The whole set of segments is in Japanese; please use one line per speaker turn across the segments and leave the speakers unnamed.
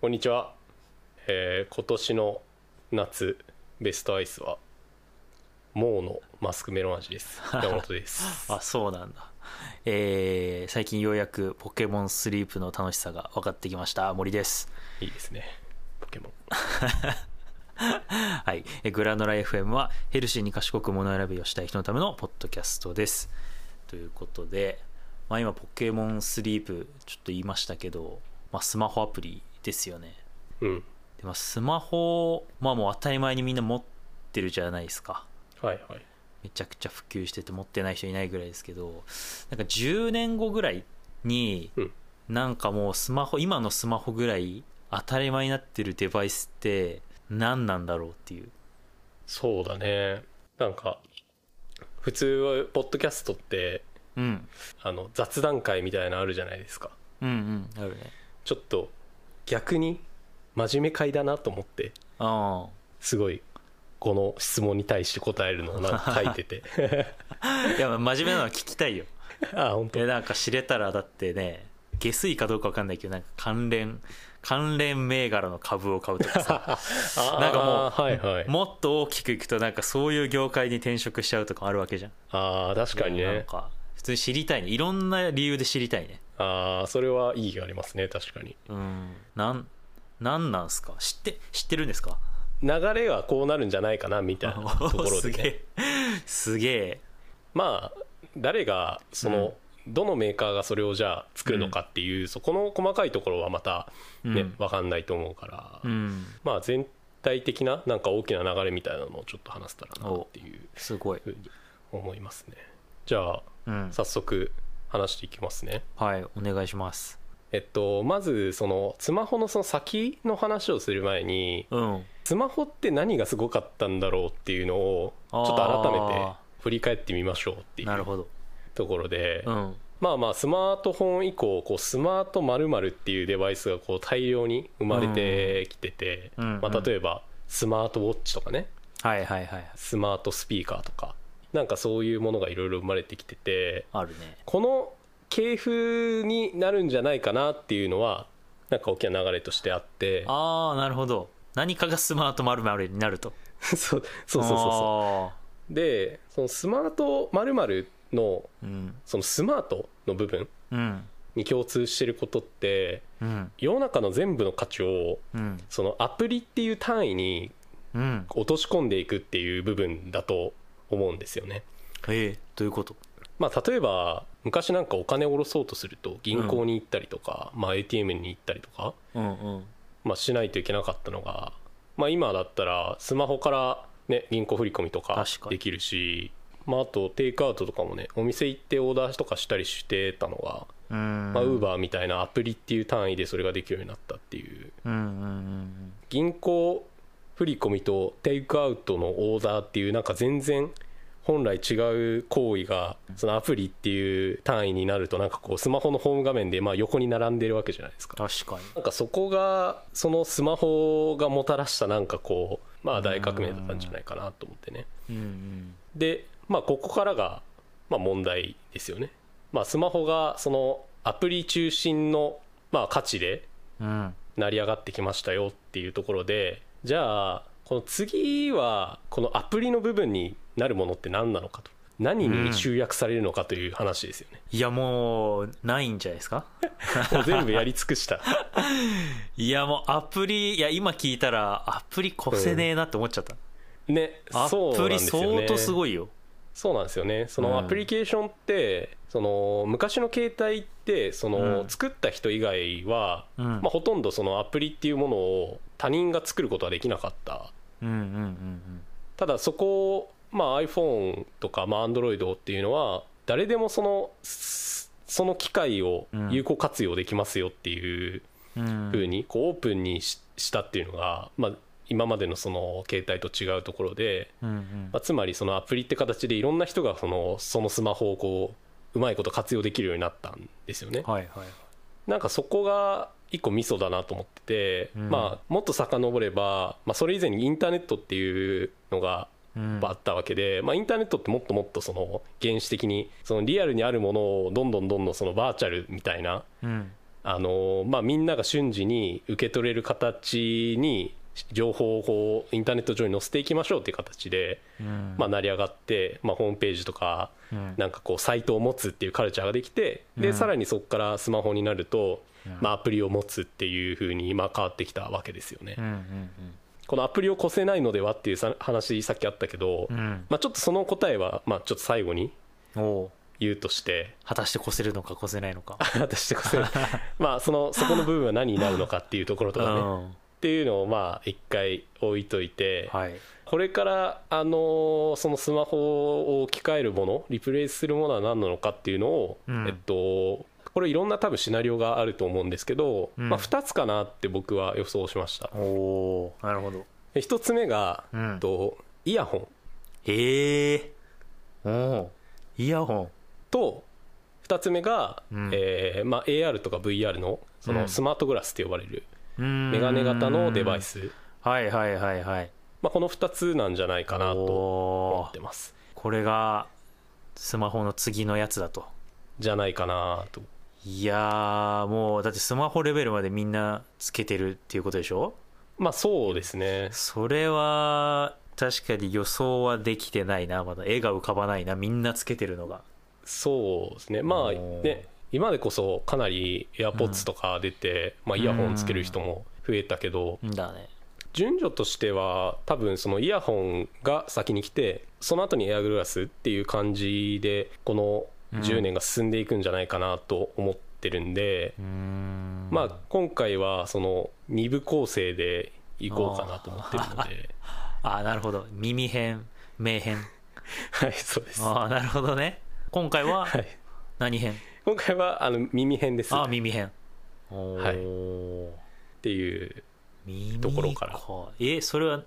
こんにちは、えー今年の夏ベストアイスはモーのマスクメロン味です山本です
あそうなんだえー最近ようやくポケモンスリープの楽しさが分かってきました森です
いいですねポケモン
はいえーグラノラ FM はヘルシーに賢く物選びをしたい人のためのポッドキャストですということで、まあ、今ポケモンスリープちょっと言いましたけど、まあ、スマホアプリですよね
うん
で、まあ、スマホまあもう当たり前にみんな持ってるじゃないですか
はいはい
めちゃくちゃ普及してて持ってない人いないぐらいですけどなんか10年後ぐらいに、
うん
なんかもうスマホ今のスマホぐらい当たり前になってるデバイスって何なんだろうっていう
そうだねなんか普通はポッドキャストって
うん
あの雑談会みたいなのあるじゃないですか
うんうんあるね
ちょっと逆に真面目会だなと思って
あ
すごいこの質問に対して答えるのをなんか書いてて
あいや真面目なのは聞きたいよ
あ本当
でなんか知れたらだってね下水かどうか分かんないけどなんか関連関連銘柄の株を買うとか さ
な
なんかもう
はいはい
もっと大きくいくとなんかそういう業界に転職しちゃうとかもあるわけじゃん
ああ確かに
もうなん
ね
か普通に知りたいねいろんな理由で知りたいね
ああそれは意義がありますね確かに
うんなんなんなんすか知って知ってるんですか
流れがこうなるんじゃないかなみたい な ところ
す
で、
げ
ね、
えすげえ
まあ誰がその、どのメーカーがそれをじゃあ作るのかっていう、そこの細かいところはまたね、
うん
分かんないと思うから、
うん
まあ全体的ななんか大きな流れみたいなのをちょっと話せたらなっていう
すごい
ふうに思いますねじゃあ
うん
早速話していきますね
はいお願いします
えっとまずそのスマホのその先の話をする前に
うん
スマホって何がすごかったんだろうっていうのをちょっと改めて
あ
振り返ってみましょうってい
なる
う
ほど
ところで、
うん
まあまあスマートフォン以降こうスマート〇〇っていうデバイスがこう大量に生まれてきてて、
うんうん
まあ、例えばスマートウォッチとかね
はいはいはいはい
スマートスピーカーとかなんかそういうものがいろいろ生まれてきてて
あるね
この系譜になるんじゃないかなっていうのはなんか大きな流れとしてあって
ああなるほど何かがスマートまるまるになると
そうそうそうそうそう
そ
でそのスマート〇〇の
ううん
そのスマートの部分
うん
に共通してることって
うん
世の中の全部の価値を
うん
そのアプリっていう単位に
うん
落とし込んでいくっていう部分だと思うんですよね。
ええどういうこと
まあ、例えば昔なんかお金を下ろそうとすると銀行に行ったりとか、まあ、ATM に行ったりとか、
うんうん
まあ、しないといけなかったのが、まあ、今だったらスマホから、ね、銀行振り込みとか
確かに
できるし、まあ、あとテイクアウトとかもねお店行ってオーダーとかしたりしてたのが
うん
まあ、Uber みたいなアプリっていう単位でそれができるようになったっていう
うんうんうん
銀行振り込みとテイクアウトのオーダーっていうなんか全然本来違う行為がそのアプリっていう単位になるとなんかこうスマホのホーム画面でまあ横に並んでるわけじゃないですか
確かに
なんかそこがそのスマホがもたらしたなんかこうまあ大革命だったんじゃないかなと思ってね
うん
で、まあ、ここからが、まあ、問題ですよね、まあ、スマホがそのアプリ中心の、まあ、価値で
うんうん
成り上がってきましたよっていうところでじゃあこの次はこのアプリの部分になるものって何なのかと何に集約されるのかという話ですよね、
いやもうないんじゃないですか
もう全部やり尽くした
いやもうアプリいや今聞いたらアプリ越せねえなって思っちゃった、
ね
ア
そうなんで
プリ
すよ
相
ね
当すごいよ
そうなんですよねその
うん
アプリケーションって、その昔の携帯ってその、
うん
作った人以外は、
うん
まあ、ほとんどそのアプリっていうものを他人が作ることはできなかった
うんうんうん
ただそこを、まあ、iPhone とか、まあ、Android っていうのは誰でもそのすその機械を
うん
有効活用できますよっていう
うんう
風
ん
にこうオープンにししたっていうのが、まあ、今までのその携帯と違うところで、
うんうん
まあ、つまりそのアプリって形でいろんな人がそのそのスマホをこううまいこと活用できるようになったんですよね。
はいはい
なんかそこが一個ミソだなと思ってて、
うん
まあ、もっと遡れば、まあ、それ以前にインターネットっていうのが
うん
あったわけで、まあ、インターネットってもっともっとその原始的にそのリアルにあるものをどんどんどんどんそのバーチャルみたいな
うん
あのまあ、みんなが瞬時に受け取れる形に情報をこうインターネット上に載せていきましょうっていう形で、
うん
まあ、成り上がって、まあ、ホームページとか
うん
なんかこうサイトを持つっていうカルチャーができて
う
で
ん
さらにそこからスマホになると、
うん
まあ、アプリを持つっていう風にまあ変わってきたわけですよね
う。ん
このアプリを越せないのではっていうさ話さっきあったけど、
うんうん
まあ、ちょっとその答えはまあちょっと最後に
うんおう
言うとして。
果たして越せるのか越せないのか
私してこ そまあそのそこの部分は何になるのかっていうところとかね、っ
ん
ていうのをまあ一回置いといて、
はい
これからあのーそのスマホを置き換えるものリプレイするものは何なのかっていうのを、
うん
えっとこれいろんな多分シナリオがあると思うんですけど、
うん
まあ、2つかなって僕は予想しました
おおなるほど
で1つ目が、
う
えっ
ん
とイヤホン
へえおおうイヤホ
と2つ目が、
うん
えーまあ、AR とか VR のそうの
ん
スマートグラスって呼ばれる
ンうん
メガネ型のデバイス、
はいはいはいはい
まあ、この2つなんじゃないかなと
お
思
ー
ってます
これがスマホの次のやつだと
じゃないかなと
いやーもうだってスマホレベルまでみんなつけてるっていうことでしょ
まあそうですね
それは確かに予想はできてないなまだ絵が浮かばないなみんなつけてるのが
そうですねまあ
おー
ね今でこそかなり AirPods とか出て、まあ、イヤホンつける人も増えたけど
んだね
順序としては多分そのイヤホンが先に来てその後にエアグラスっていう感じでこの10年が進んでいくんじゃないかなと思ってるんで、
うーん
まあ今回はその2部構成でいこうかなと思ってるので。
ああなるほど耳編目 編
はい、そうです。は。
ああなるほどね今回はい何編
今回はあの耳編です
ああ
っ
耳編おー
ていう。
耳
ところから
えそれは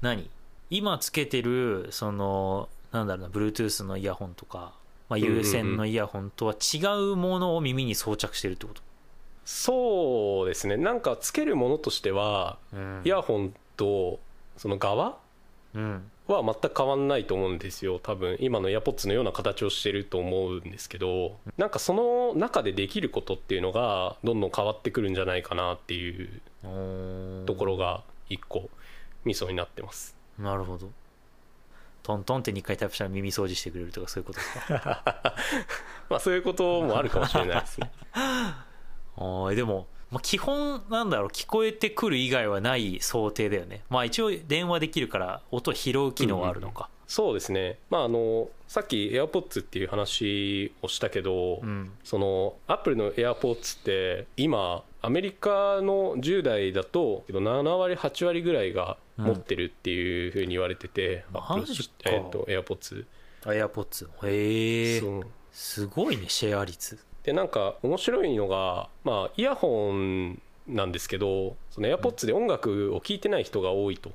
何今つけてるそのなんだろうな Bluetooth のイヤホンとか、まあ、
うんうんうん
有線のイヤホンとは違うものを耳に装着してるってこと、
そうですね。なんかつけるものとしては、イヤホンとその側
うん
は全く変わんないと思うんですよ。多分今の AirPods のような形をしてると思うんですけど、なんかその中でできることっていうのがどんどん変わってくるんじゃないかなっていう
おー
ところが一個ミソになってます。
なるほどトントンって2回タップしたら耳掃除してくれると かそういうことですか
まあそういうこともあるかもしれないですね。
おーでも、まあ、基本なんだろう聞こえてくる以外はない想定だよねまあ一応電話できるから音拾う機能はあるのか
そうですね、まあ、あのさっき AirPods っていう話をしたけど、
うん
そのアップルの AirPods って今アメリカの10代だと7割8割ぐらいが持ってるっていうふうに言われてて、
うん
Apple
マジか
えっと AirPods、
エアポッツへえ
そう
すごいねシェア率
でなんか面白いのが、まあ、イヤホンなんですけどその AirPods で音楽を聴いてない人が多いと。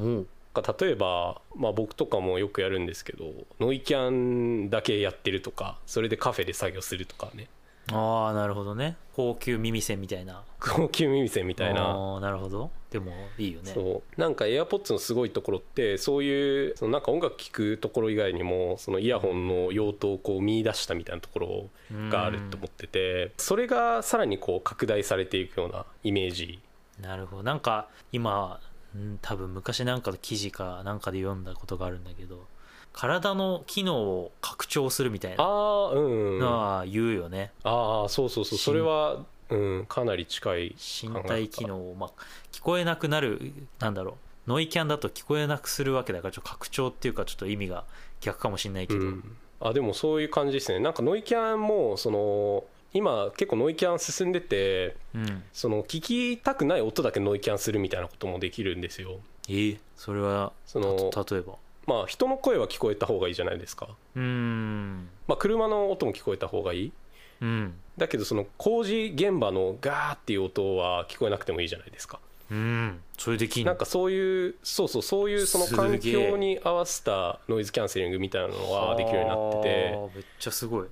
うん
か例えば、まあ、僕とかもよくやるんですけどノイキャンだけやってるとかそれでカフェで作業するとかね
ああなるほどね高級耳栓みたいな
高級耳栓みたいな、
あーなるほどでもいいよね
そうなんか AirPods のすごいところってそういうそのなんか音楽聴くところ以外にもそのイヤホンの用途をこう見出したみたいなところがあると思っててそれがさらにこう拡大されていくようなイメージ
なるほどなんか今うん多分昔なんかの記事かなんかで読んだことがあるんだけど体の機能を拡張するみたいな
ああうん、
の
あ
は言うよね
あそうそうそうそれは、うん、かなり近い
身体機能を、まあ、聞こえなくなるなんだろうノイキャンだと聞こえなくするわけだからちょっと拡張っていうかちょっと意味が逆かもしれないけど、
うん、あでもそういう感じですねなんかノイキャンもその今結構ノイキャン進んでて
うん
その聞きたくない音だけノイキャンするみたいなこともできるんですよ
えーそれは
その
た例えば
まあ人の声は聞こえた方がいいじゃないですか、
うーん
まあ、車の音も聞こえた方がいい
うん
だけどその工事現場のガーっていう音は聞こえなくてもいいじゃないですか
うんそれできんの
なんかそういうそうそうそういうその
すげ
環
え
境に合わせたノイズキャンセリングみたいなのはできるようになってて
はあめっちゃすごい、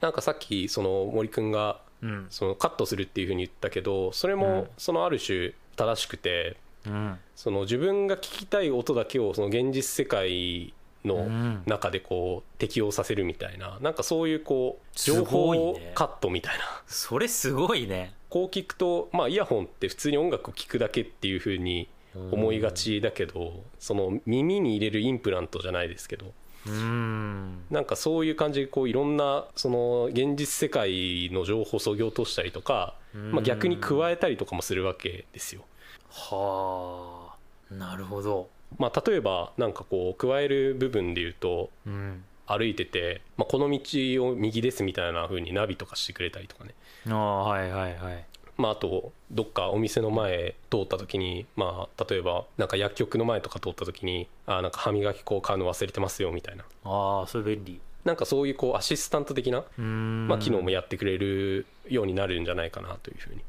なんかさっきその森くんが
うん
そのカットするっていうふうに言ったけどそれ
う
も
ん
そのある種正しくて
うん、
その自分が聞きたい音だけをその現実世界
う
の
ん
中でこう適用させるみたいななんかそういうこう情
すご
報
いね
カットみたいな
それすごいね
こう聞くとまあイヤホンって普通に音楽を聴くだけっていう風に思いがちだけどその耳に入れるインプラントじゃないですけど
うん
なんかそういう感じでこういろんなその現実世界の情報をそぎ落としたりとか、まあ、逆に加
え
えたりとかもするわけですよ。
はあなるほど
まあ、例えばなんかこう加える部分で言うと
うん
歩いてて、まあ、この道を右ですみたいな風にナビとかしてくれたりとかね、
ああはいはいはい
まあ、あとどっかお店の前通った時に、まあ、例えばなんか薬局の前とか通った時にあーなんか歯磨き粉を買うの忘れてますよみたいな
ああそれ便利
なんかそういうこうアシスタント的な、
うん
まあ、機能もやってくれるようになるんじゃないかなという風に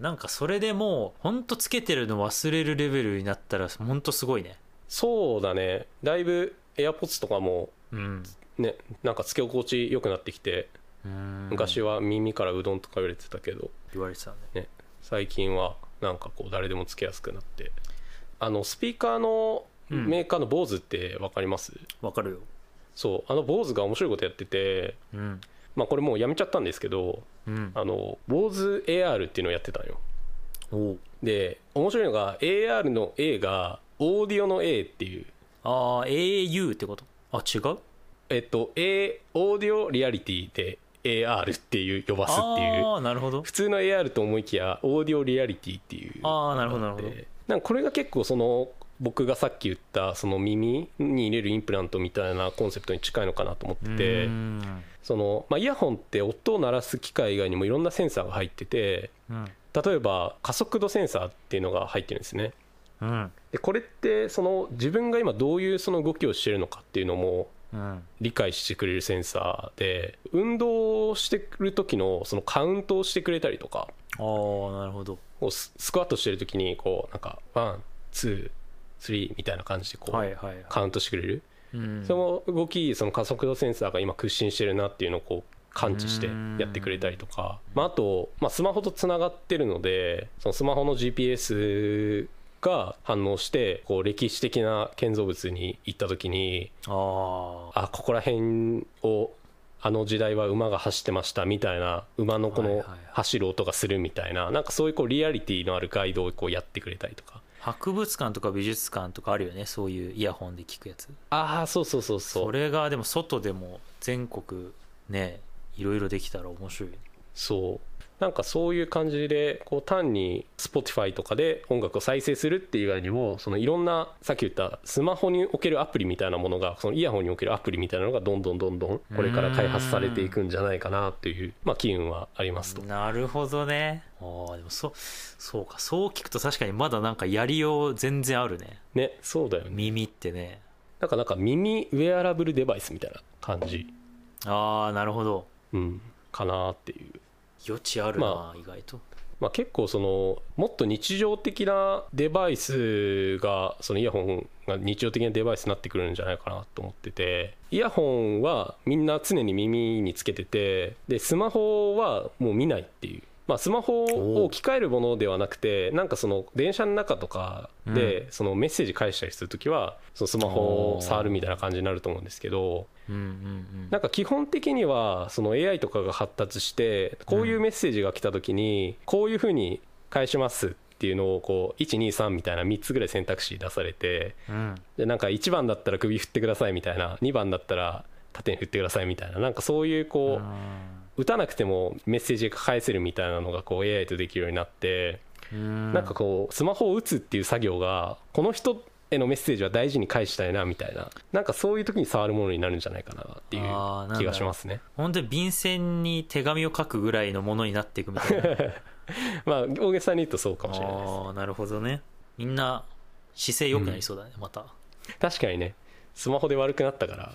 なんかそれでもうほんとつけてるの忘れるレベルになったらほんとすごいね
そうだねだいぶ AirPods とかも
うん
ねなんかつけ心地良くなってきて
うん
昔は耳からうどんとか言われてたけど、
言われてたね
最近はなんかこう誰でもつけやすくなってあのスピーカーの
うん
メーカーの BOSE って分かります、
わかるよ
そうあの BOSE が面白いことやってて
うん
まあこれもうやめちゃったんですけど
うん
あの BOSEAR っていうのをやってたのよ
お
で面白いのが AR の A がオーディオの A っていう
ああ AU ってことあ違う
えっと A オーディオリアリティで AR っていう呼ばすっていう
ああなるほど
普通の AR と思いきやオーディオリアリティっていう
ああなるほどなるほど
でなんかこれが結構その僕がさっき言ったその耳に入れるインプラントみたいなコンセプトに近いのかなと思ってて
うん
その、まあ、イヤホンって音を鳴らす機械以外にもいろんなセンサーが入ってて
うん
例えば加速度センサーっていうのが入ってるんですね
うん
でこれってその自分が今どういうその動きをしてるのかっていうのも
うん
理解してくれるセンサーで運動をしてる時のそのカウントをしてくれたりとか
ああなるほど
こうススクワットしてる時にこうなんかワンツースリーみたいな感じでこう、
はいはいはい
カウントしてくれる、
うん
その動きその加速度センサーが今屈伸してるなっていうのをこう感知して
うん
やってくれたりとか、まあ、あと、まあ、スマホとつながってるのでそのスマホの GPS が反応してこう歴史的な建造物に行った時に
ああ
あここら辺をあの時代は馬が走ってましたみたいな馬のこ
はい
の
はいはい
走る音がするみたいななんかそういうこうリアリティのあるガイドをこうやってくれたりとか
博物館とか美術館とかあるよねそういうイヤホンで聞くやつ
ああそうそうそうそ
そうれがでも外でも全国ねいろいろできたら面白いね
そうなんかそういう感じでこう単に Spotify とかで音楽を再生するっていう以外にもそのいろんなさっき言ったスマホにおけるアプリみたいなものがそのイヤホンにおけるアプリみたいなのがどんどんどんどんこれから開発されていくんじゃないかなというまあ機運はありますと。
なるほどねあーでもそそうかそう聞くと確かにまだなんかやりよう全然あるね
ねそうだよね。
耳ってね
なんかなんか耳ウェアラブルデバイスみたいな感じ、
ああなるほど
うん、かなっていう。
余地あるな、
ま
意外と
まあ、結構そのもっと日常的なデバイスがそのイヤホンが日常的なデバイスになってくるんじゃないかなと思っててイヤホンはみんな常に耳につけててでスマホはもう見ないっていう。まあ、スマホを置き換えるものではなくてなんかその電車の中とかでそのメッセージ返したりするときはそのスマホを触るみたいな感じになると思うんですけど
うんうんう
なんか基本的にはその AI とかが発達してこういうメッセージが来た時にこういうふうに返しますっていうのをこう123みたいな3つぐらい選択肢出されて
んうん
でなんか1番だったら首振ってくださいみたいな2番だったら縦に振ってくださいみたいななんかそういうこう打たなくてもメッセージが返せるみたいなのがこう AI とできるようになって
な
なんかこうスマホを打つっていう作業がこの人へのメッセージは大事に返したいなみたいななんかそういう時に触るものになるんじゃないかなっていう
あーなんだ
気がしますね。
本当に便箋に手紙を書くぐらいのものになっていくみたいな
まあ大げさに言うと そうかもしれないで
ああなるほどねみんな姿勢良くなりそうだね、また
す確かにねスマホで悪くなったから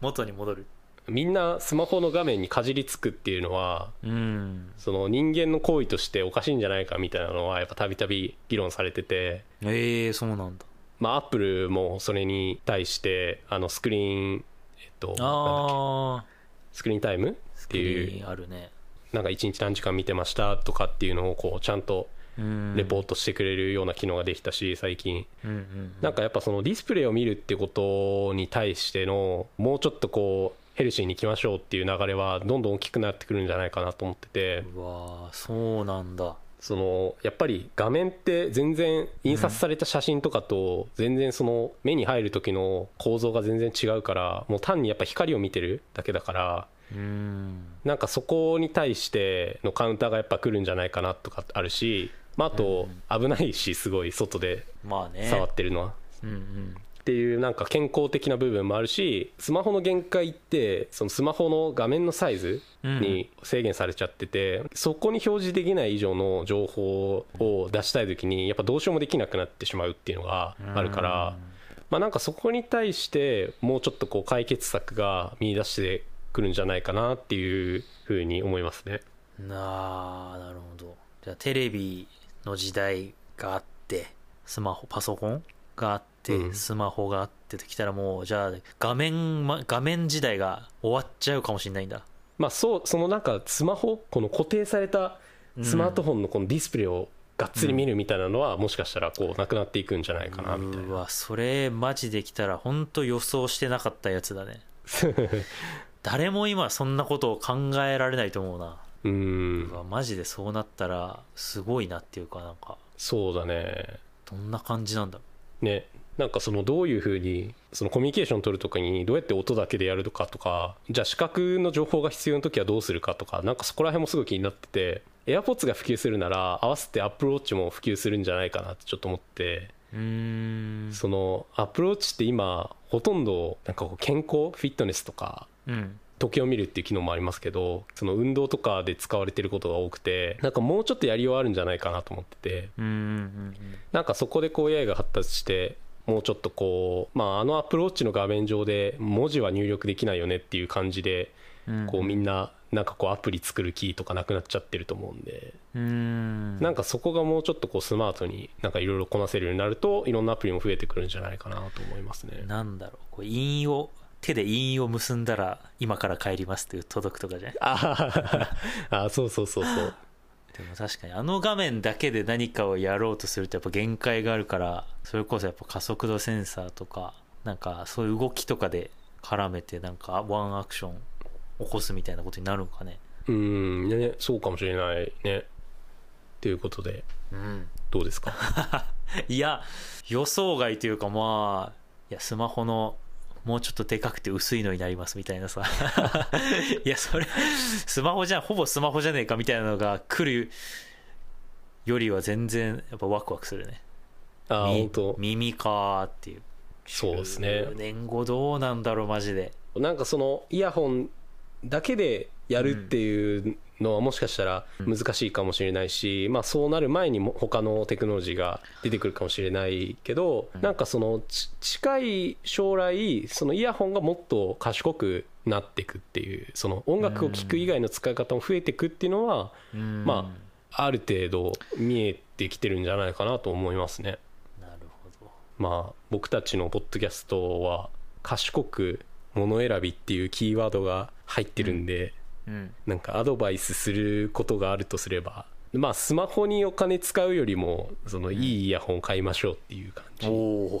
元に戻る
みんなスマホの画面にかじりつくっていうのは
うん
その人間の行為としておかしいんじゃないかみたいなのはやっぱたびたび議論されてて
ええそうなんだ
まあアップルもそれに対してあのスクリーンえっとなんだっけ
ああ
スクリーンタイムっ
ス
て
クリ
い
ー
う
ンあるね
なんか一日何時間見てましたとかっていうのをこうちゃんと
ううん
レポートしてくれるような機能ができたし最近
うんうん
なんかやっぱそのディスプレイを見るってことに対してのもうちょっとこうヘルシーにいきましょうっていう流れはどんどん大きくなってくるんじゃないかなと思ってて
うわーそうなんだ
そのやっぱり画面って全然印刷された写真とかと全然その目に入る時の構造が全然違うからもう単にやっぱ光を見てるだけだから
うん
なんかそこに対してのカウンターがやっぱ来るんじゃないかなとかあるし、まあ、あと危ないしすごい外で
まあね
触ってるのは。
うんうん
っていうなんか健康的な部分もあるしスマホの限界ってそのスマホの画面のサイズに制限されちゃってて、そこに表示できない以上の情報を出したい時にやっぱどうしようもできなくなってしまうっていうのがあるから、まあ、なんかそこに対してもうちょっとこう解決策が見出してくるんじゃないかなっていうふうに思いますね。
なあなるほどじゃあテレビの時代があってスマホパソコンがあっ
う
て、
ん
スマホがあってときたらもうじゃあ画面、ま、画面時代が終わっちゃうかもしれないんだ
まあ、そうそのなんかスマホこの固定されたスマートフォンのこのディスプレイをがっつり見るみたいなのはもしかしたらこうなくなっていくんじゃないかなみたいうな
わそれマジできたら本当予想してなかったやつ だね誰も今そんなことを考えられないと思うな、
う
うんわマジでそうなったらすごいなっていうかなんか
そうだね
どんな感じなんだろ
ねなんかそのどういうふうにそのコミュニケーション取るとかにどうやって音だけでやるとかとかじゃあ視覚の情報が必要な時はどうするかとかなんかそこら辺もすごい気になってて AirPods が普及するなら合わせて AppleWatch も普及するんじゃないかなってちょっと思って
ううーん
その AppleWatch って今ほとんどなんかこう健康フィットネスとか
うん
時計を見るっていう機能もありますけどその運動とかで使われてることが多くてなんかもうちょっとやりようあるんじゃないかなと思ってて
うんうんうん
なんかそこでこう AI が発達してもうちょっとこう、まあ、あのアプローチの画面上で文字は入力できないよねっていう感じで
うん
こうみんななんかこうアプリ作る気とかなくなっちゃってると思うんで
うーん
なんかそこがもうちょっとこうスマートになんかいろいろこなせるようになるといろんなアプリも増えてくるんじゃないかなと思いますね。
なんだろうこう陰を手で陰を結んだら今から帰りますっていう届くとかじゃない
あーあーそうそうそうそう
でも確かにあの画面だけで何かをやろうとするとやっぱ限界があるからそれこそやっぱ加速度センサーとかなんかそういう動きとかで絡めてなんかワンアクション起こすみたいなことになるんかね
うんねそうかもしれないね。ということで
うん
どうです か
いや予想外というかまあいやスマホのもうちょっとでかくて薄いのになりますみたいなさ いやそれスマホじゃんほぼスマホじゃねえかみたいなのが来るよりは全然やっぱワクワクするね
あー
み
本当
耳かーっていう
そうですね
10年後どうなんだろうマジで
なんかそのイヤホンだけでやるっていうのはもしかしたら難しいかもしれないし、まあ、そうなる前にも他のテクノロジーが出てくるかもしれないけど、
ん
なんかそのち近い将来そのイヤホンがもっと賢くなっていくっていうその音楽を聴く以外の使い方も増えていくっていうのは、まあある程度見えてきてるんじゃないかなと思いますね。
あなるほど
まあ、僕たちのポッドキャストは賢く物選びっていうキーワードが入ってるんで、
うん
なんかアドバイスすることがあるとすればまあスマホにお金使うよりもそのいいイヤホン買いましょうっていう感
お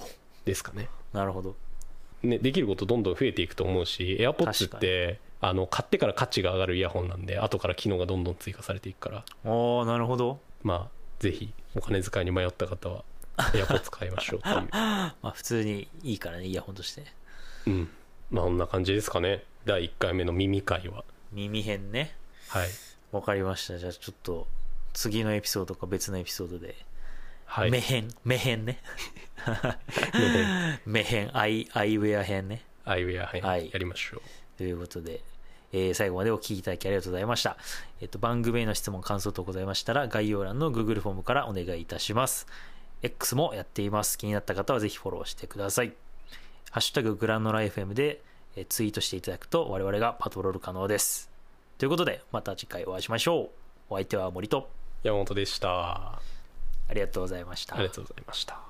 じ
お
ですかね。
なるほど
ねできることどんどん増えていくと思うし AirPods ってあの買ってから価値が上がるイヤホンなんで後から機能がどんどん追加されていくから
おーなるほど
まあぜひお金遣いに迷った方は AirPods 買いましょうって いう。
まあ普通にいいからねイヤホンとして
うん、まあこんな感じですかね第1回目の耳会は
耳辺ね
はい
わかりましたじゃあちょっと次のエピソードか別のエピソードで、
はい
目辺目辺ね 目辺アイアイウェア編ね
アイウェア編、
はい
やりましょう
ということで、えー最後までお聞きいただきありがとうございました。えっと、番組への質問、感想等ございましたら、概要欄の Google フォームからお願いいたします。X もやっています。気になった方はぜひフォローしてください。ハッシュタググランノラ FM でえーツイートしていただくと我々がパトロール可能です。ということで、また次回お会いしましょう。お相手は森と、
山本でしたあ
ありがとうございました
り。がとうございました